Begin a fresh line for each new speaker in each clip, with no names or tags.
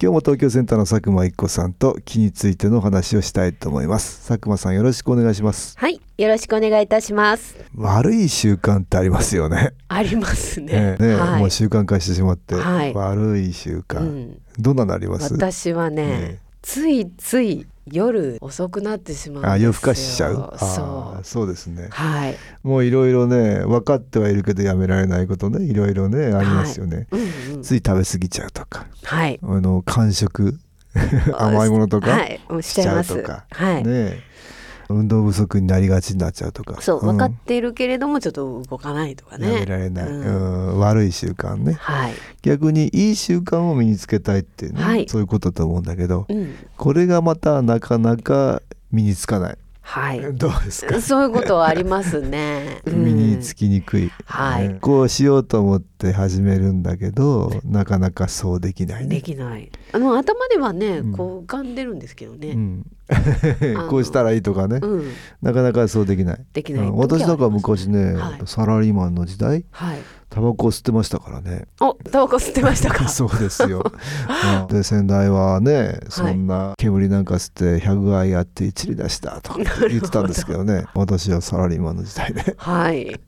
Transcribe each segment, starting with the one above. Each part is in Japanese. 今日も東京センターの佐久間一子さんと気についてのお話をしたいと思います佐久間さんよろしくお願いします
はい、よろしくお願いいたします。
悪い習慣ってありますよね
あります ね
ね。ね
はい、
もう習慣化してしまって、
はい
悪い習慣、
うん
どんなのあります
私はね、
ね
ついつい夜遅くなってしまうんですよ。
あ夜更かししちゃうあ
そ
ー
う。
そうですね
はい、
もういろいろね分かってはいるけどやめられないことねいろいろねありますよね、
うんうん、
つい食べ過ぎちゃうとか
はい。
あの間食 甘いものとか、
はい、もうしちゃいます。
しちゃうとか
は
ね
い。
え運動不足になりがちになっちゃうとか
そう、
ん
分かっているけれども、ちょっと動かないとか
やめ
ね。
られない、う
うん
ん悪い習慣ね
はい。
逆にいい習慣を身につけたいっていうね、
はい
そういうことだと思うんだけど
うん。
これがまたなかなか身につかない
はい。
どうですか
そういうことはあります ね。うん
身につきにくい、
はい
ねこうしようと思って始めるんだけどなかなかそうできないね
できない。あの頭ではね、
うん
こう浮かんでるんですけど
う
ね。
ん
あ、の
こうしたらいいとかね、
うん。
なかなかそうできない
できない
うん
時はあります
私なんか昔ね、
はい
サラリーマンの時代
はい。
タバコを吸ってましたからね。
お、タバコ吸ってました か
そうです よ、うんで先代はねそんな煙なんか吸って100害やって一理出したとかって言ってたんですけどね私はサラリーマンの時代で
はい。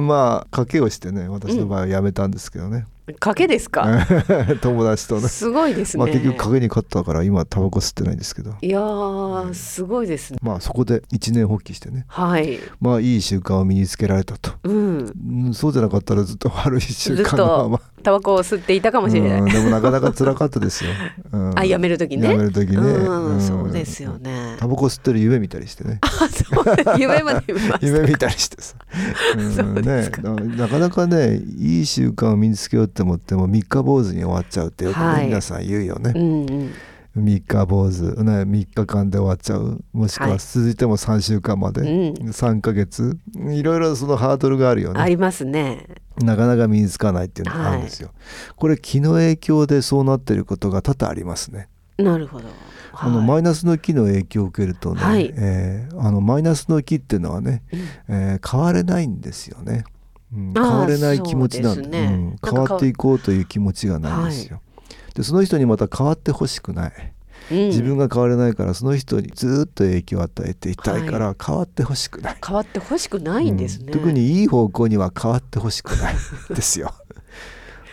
まあ賭けをしてね私の場合はやめたんですけどね、
賭けですか。
友達とね
すごいですね。
まあ、結局賭けに勝ったから今タバコ吸ってないんですけど
いやー、すごいですね。
まあそこで一年発起してね
はい。
まあいい習慣を身につけられたと、
うん。
うん、そうじゃなかったらずっと悪い習
ずっ
慣のま
と
ま。
タバコを吸っていたかもしれない。
うんでもなかなか辛かったですよ。うん
あ、やめるときね。
やめる時ね
うん
うん
そうですよね。
タバコ吸ってる夢見たりしてね。
あ、そうです。夢まで見まし
夢見たりしてさ、
そうですか
ね、なかなかねいい習慣を身につけようって思っても三日坊主に終わっちゃうってよく、ね
はい
皆さん言うよ
た。う
ね
んうん。
三日坊主、ね、三日間で終わっちゃうもしく
は
はい続いても三週間まで、
う
三ヶ月いろいろそのハードルがあるよね
ありますね。
なかなか身につかないっていうのがあるんですよ、これ気の影響でそうなってることが多々ありますね、
なるほど。
あの
はい
マイナスの気の影響を受けるとね、
はい
えーあのマイナスの気っていうのはね、えー変われないんですよね、うん、変われない気持ちなん
そう
で
ですねなんか
変わっていこうという気持ちがないんですよ、でその人にまた変わってほしくない、
うん
自分が変われないからその人にずっと影響を与えていたいから変わってほしくない、
変わってほしくないんですね。
うん特にいい方向には変わってほしくないです よ。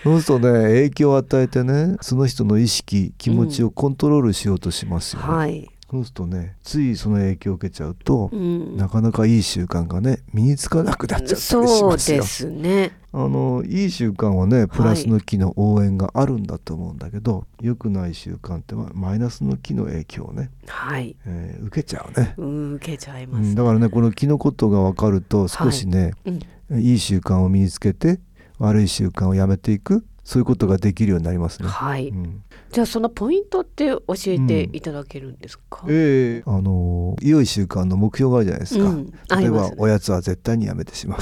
そうするとね影響を与えてねその人の意識気持ちをコントロールしようとしますよね、
はい。
そうするとねついその影響を受けちゃうと、
うん。
なかなかいい習慣がね身につかなくなっちゃったりし
そう
ます
で
よ。
すね。
あのいい習慣はねプラスの木の応援があるんだと思うんだけど、良くない習慣ってまマイナスの木の影響をね、
はい。
えー受けちゃうね。
うん、受けちゃいうます
ん、。だからねこの木のことが分かると少しね、
うん。
いい習慣を身につけて悪い習慣をやめていくそういうことができるようになりますね。
はい。
うん
じゃあそのポイントって教えていただけるんですか、
ええあの良い習慣の目標があるじゃないですか。
うんあ
例え
りま
ば、
すね
おやつは絶対にやめて しまう。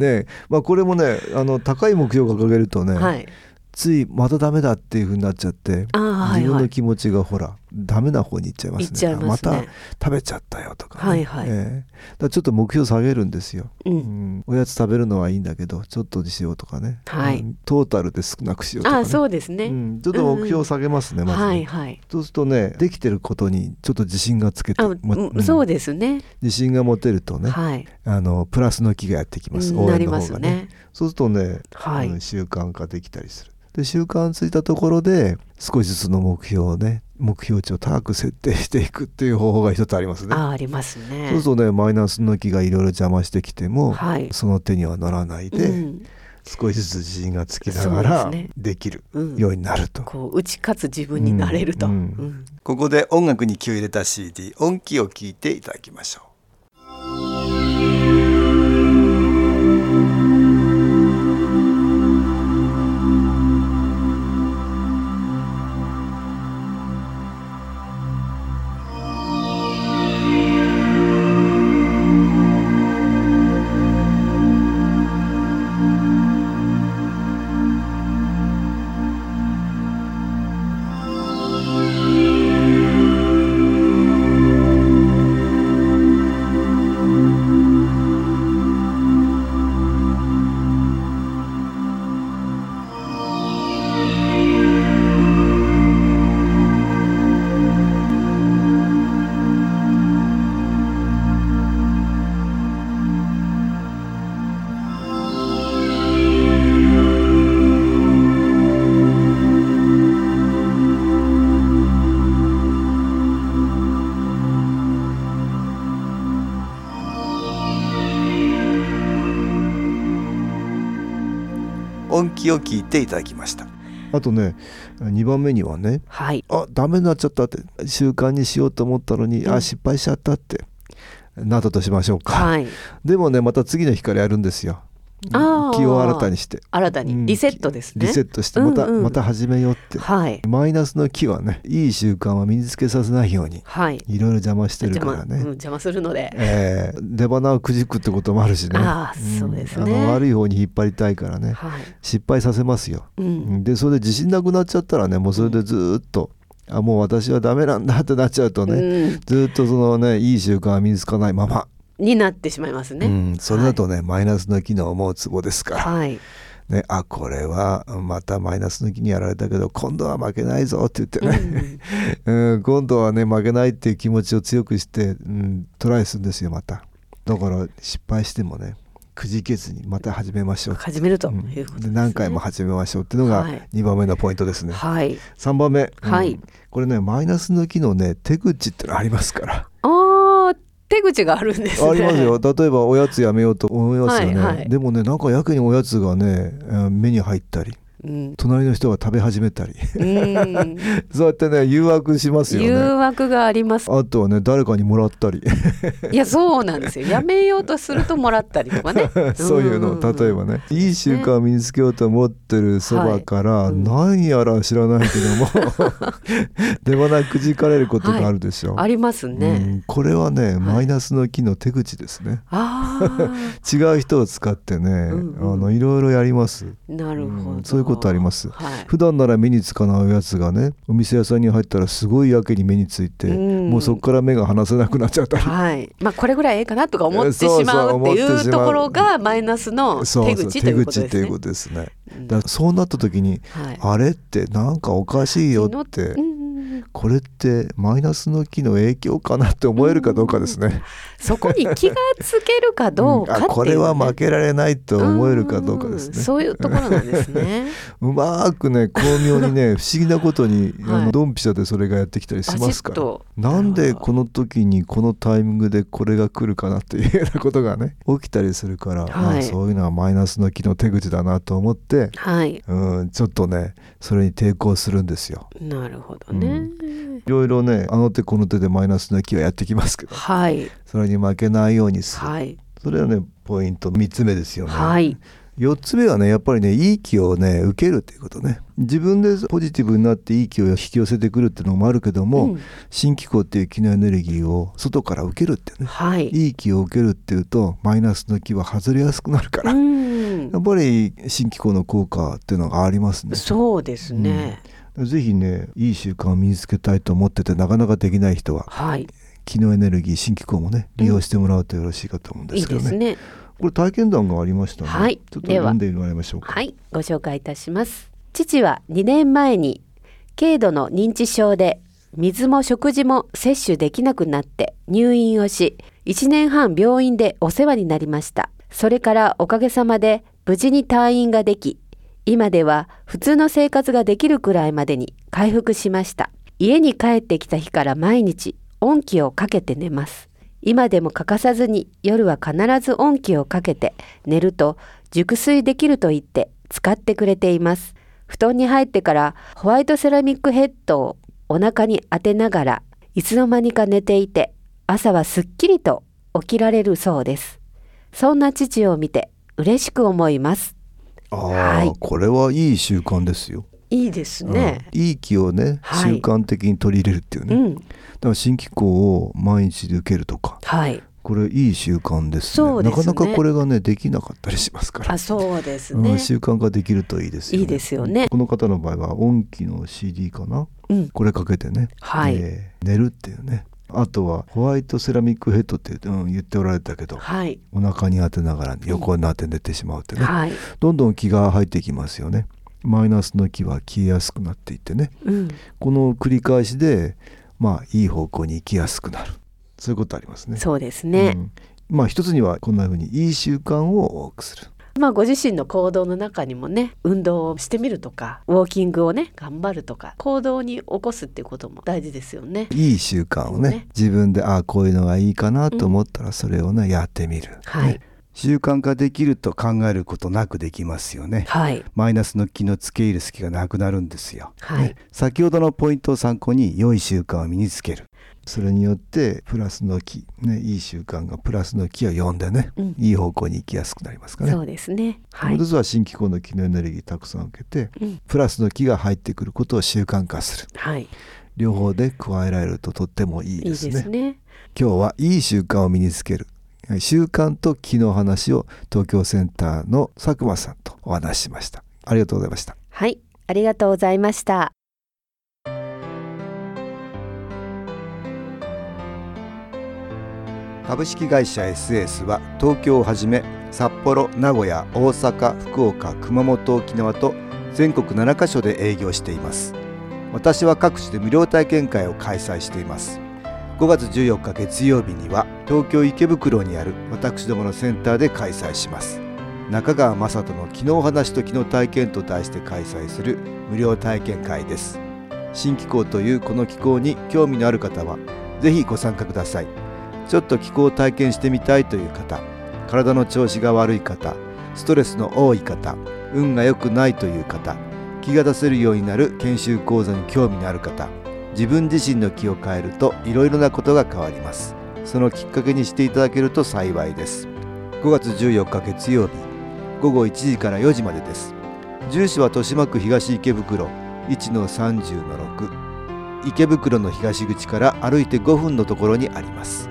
ねえ、まあこれもね、あの高い目標を掲げるとね、
はい。
ついまたダメだっていう風になっちゃって、
あーはい
自分
は
の
い。
気持ちがほらダメな方に行っちゃいますね。
行っちゃいますね
あまた食べちゃったよとか、ね。
はいはい
ええだからちょっと目標下げるんですよ。
う。
うんん、おやつ食べるのはいいんだけどちょっとにしようとかね、
はい
うんトータルで少なくしようとか、ね
あ、そうですね。
うん、ちょっと目標を下げますね、まずね、
はいはい。
そうするとねできてることにちょっと自信がつけて
あ、
も
うんそうですね。
自信が持てるとね、
はい。
あのプラスの気がやってきます、
うん
応
な
援
り
の
ま
方
す
がね
ね。
そうするとね、
はい
うん習慣化できたりするで習慣ついたところで少しずつの目標をね目標値を高く設定していくっていう方法が一つありますね
あ、ありますね
そう。するとねマイナスの気がいろいろ邪魔してきても、
はい。
その手にはならないで、
うん
少しずつ自信がつきながら
そうですね
できる
うん
ようになると、
こう打ち勝つ自分になれると、
う
うんん
ここで音楽に気を入れた CD 音気を聞いていただきましょう音気を聞いていただきましたあとね2番目にはね
はい
あダメになっちゃったって習慣にしようと思ったのに、
うん
あ失敗しちゃったってなったとしましょうか、
はい
でもねまた次の日からやるんですよ
あー
気を新たにして
新た
うん
にリセットですね、
リセットしてまた、
うんうん
また始めようって
はい
マイナスの気はねいい習慣は身につけさせないように
はい
いろいろ邪魔してるか
邪魔,、
らね、
うん、邪魔するので、
えー出花をくじくってこともあるしね
あー
ん
そうですね
あの悪い方に引っ張りたいからね
はい、
失敗させますよ、
う、
うんんでそれで自信なくなっちゃったらねもうそれでずーっと、あもう私はダメなんだってなっちゃうとね、
うん
ずーっとそのねいい習慣は身につかないまま、
になってしまいますね、
うん、それだとね、マイナスの気の思うツボですから、
はい
ね、あこれはまたマイナスの気にやられたけど今度は負けないぞって言ってね、 うん今度はね負けないっていう気持ちを強くして、うん、トライするんですよまただから失敗してもねくじけずにまた始めましょう、
始めると
う
いうんことですね、
で何回も始めましょうっていうのが
はい
2番目のポイントですね、
はい
3番目、うん
はい
これねマイナスの気のね手口ってのありますから
あー手口があるんですね
ありますよ例えばおやつやめようと思いますよね、
はいはい
でもねなんかやけにおやつがねうん目に入ったり
うん、
隣の人が食べ始めたり
うん、
そうやってね誘惑します
誘
よね
惑があります
あとはね誰かにもらったり
いやそうなんですよやめようとするともらったりとかね
そういうの
んんん
例えばねいい習慣を身につけようと思ってるそばから、
はいうん
何やら知らないけども 出花くじかれることがあるでしょ、
あります
う
ね、
んこれはね、マイナスの木の手口ですね
ああ
違う人を使ってね、
んうん
あのいろいろやります
なるほど、
うんそういうことあります
はい、
普段なら目につかないおやつがねお店屋さんに入ったらすごいやけに目について、
うん
もうそこから目が離せなくなっちゃったり
はい、まあこれぐらいええかなとか思ってし
そう
ま
そうう
って
思って
い
し
う
ま
と
う
ころがマイナスの手口ということ
手口ってい
です
う
ね
こ。とですね。
うん
だからそうなった時に、
はい
あれってなんかおかしいよって
うんうんうん
これってマイナスの木の影響かなって思えるかどうかですね。
そこに気がつけるかどうかって
あ
いう、ね、
これは負けられないと思えるかどうかです
うん
ね。
そういうところなんですね。
うまーくね巧妙に ね不思議なことに、
はい
あのドンピシャでそれがやってきたりしますか
バシッ
ら
と。
なんでこの時にこのタイミングでこれが来るかなっていうようなことが ね起きたりするから、
はい
まあそういうのはマイナスの木の手口だなと思って、
はい、
うん、ちょっとねそれに抵抗するんですよ。
なるほどね。
いろいろねあの手この手でマイナスの木はやってきますけど
はい、
それに負けないようにする、
はい、
それはねポイント3つ目ですよね。
はい、
4つ目はねやっぱりねいい気をね受けるっていうことね自分でポジティブになっていい気を引き寄せてくるっていうのもあるけども、
うん
新気候っていう気のエネルギーを外から受けるっていうね
はい。
いい気を受けるっていうとマイナスの気は外れやすくなるから、
うん
や、っぱり新気候の効果っていうのがありますね
そうですね。
ぜひねいい習慣を身につけたいと思っててなかなかできない人は
はい、
気のエネルギー新気候もね利用してもらうとよろしいかと思うんで
い
す
い
けど
で
ね,、
すね。
これ体験談がありましたね、
はい
ちょっと
では
読んでもらいましょうか
はい、ご紹介いたします。父は2年前に軽度の認知症で水も食事も摂取できなくなって入院をし、1年半病院でお世話になりました。それからおかげさまで無事に退院ができ、今では普通の生活ができるくらいまでに回復しました。家に帰ってきた日から毎日音気をかけて寝ます。今でも欠かさずに夜は必ず音気をかけて寝ると熟睡できると言って使ってくれています。布団に入ってからホワイトセラミックヘッドをお腹に当てながらいつの間にか寝ていて朝はすっきりと起きられるそうです。そんな父を見て嬉しく思います。
ああ、
はい
これはいい習慣ですよ。
いいです
うん、いい気をね、
はい
習慣的に取り入れるっていう
う
ね。だ
ん、
から新機構を毎日で受けるとか、
はい。
これいい習慣ですね。
そうですね
なかなかこれがねできなかったりしますから。
あ、そうです
う
ね
ん、。習慣化できるといいですよ、
いいですよね
この方の場合は音機の CD かな
うん、
これかけてね、
はい
えー寝るっていうねあとはホワイトセラミックヘッドって、うん、言っておられたけど、
はい、
お腹に当てながら横になって寝てしまうってね、
はい、
どんどん気が入ってきますよねマイナスの気は消えやすくなっていってね
うん、
この繰り返しでまあいい方向に行きやすくなるそういうことありますね
そうですね
う。んまあ一つにはこんな風にいい習慣を多くする
まあ、ご自身の行動の中にもね運動をしてみるとかウォーキングをね頑張るとか行動に起こすっていうことも大事ですよね。
いい習慣を
そうね
ね自分でああこういうのがいいかなと思ったらそれをね、やってみる、
はい
ね習慣化できると考えることなくできますよね
はい、
マイナスの気の付け入る隙がなくなるんですよ、
はい
ね先ほどのポイントを参考に良い習慣を身につけるそれによってプラスの気、ね、いい習慣がプラスの気を呼んでね、
うん
いい方向に行きやすくなりますからね
そうですね。はい
もう、一つは新機構の気のエネルギーたくさん受けて、
うん
プラスの気が入ってくることを習慣化する
はい、
両方で加えられるととってもいい
いいで
ですね
すね。
今日はいい習慣を身につける習慣と気の話を東京センターの佐久間さんとお話ししましたありがとうございました
はい、ありがとうございました。
株式会社 SS は東京をはじめ札幌名古屋大阪福岡熊本沖縄と全国7カ所で営業しています私は各地で無料体験会を開催しています5月14日月曜日には東京池袋にある私どものセンターで開催します中川雅人の「昨日話と昨日体験」と題して開催する無料体験会です新機構というこの機構に興味のある方はぜひご参加くださいちょっと気候を体験してみたいという方体の調子が悪い方ストレスの多い方運が良くないという方気が出せるようになる研修講座に興味のある方自分自身の気を変えるといろいろなことが変わりますそのきっかけにしていただけると幸いです5月14日月曜日午後1時から4時までです住所は豊島区東池袋1-30-6池袋の東口から歩いて5分のところにあります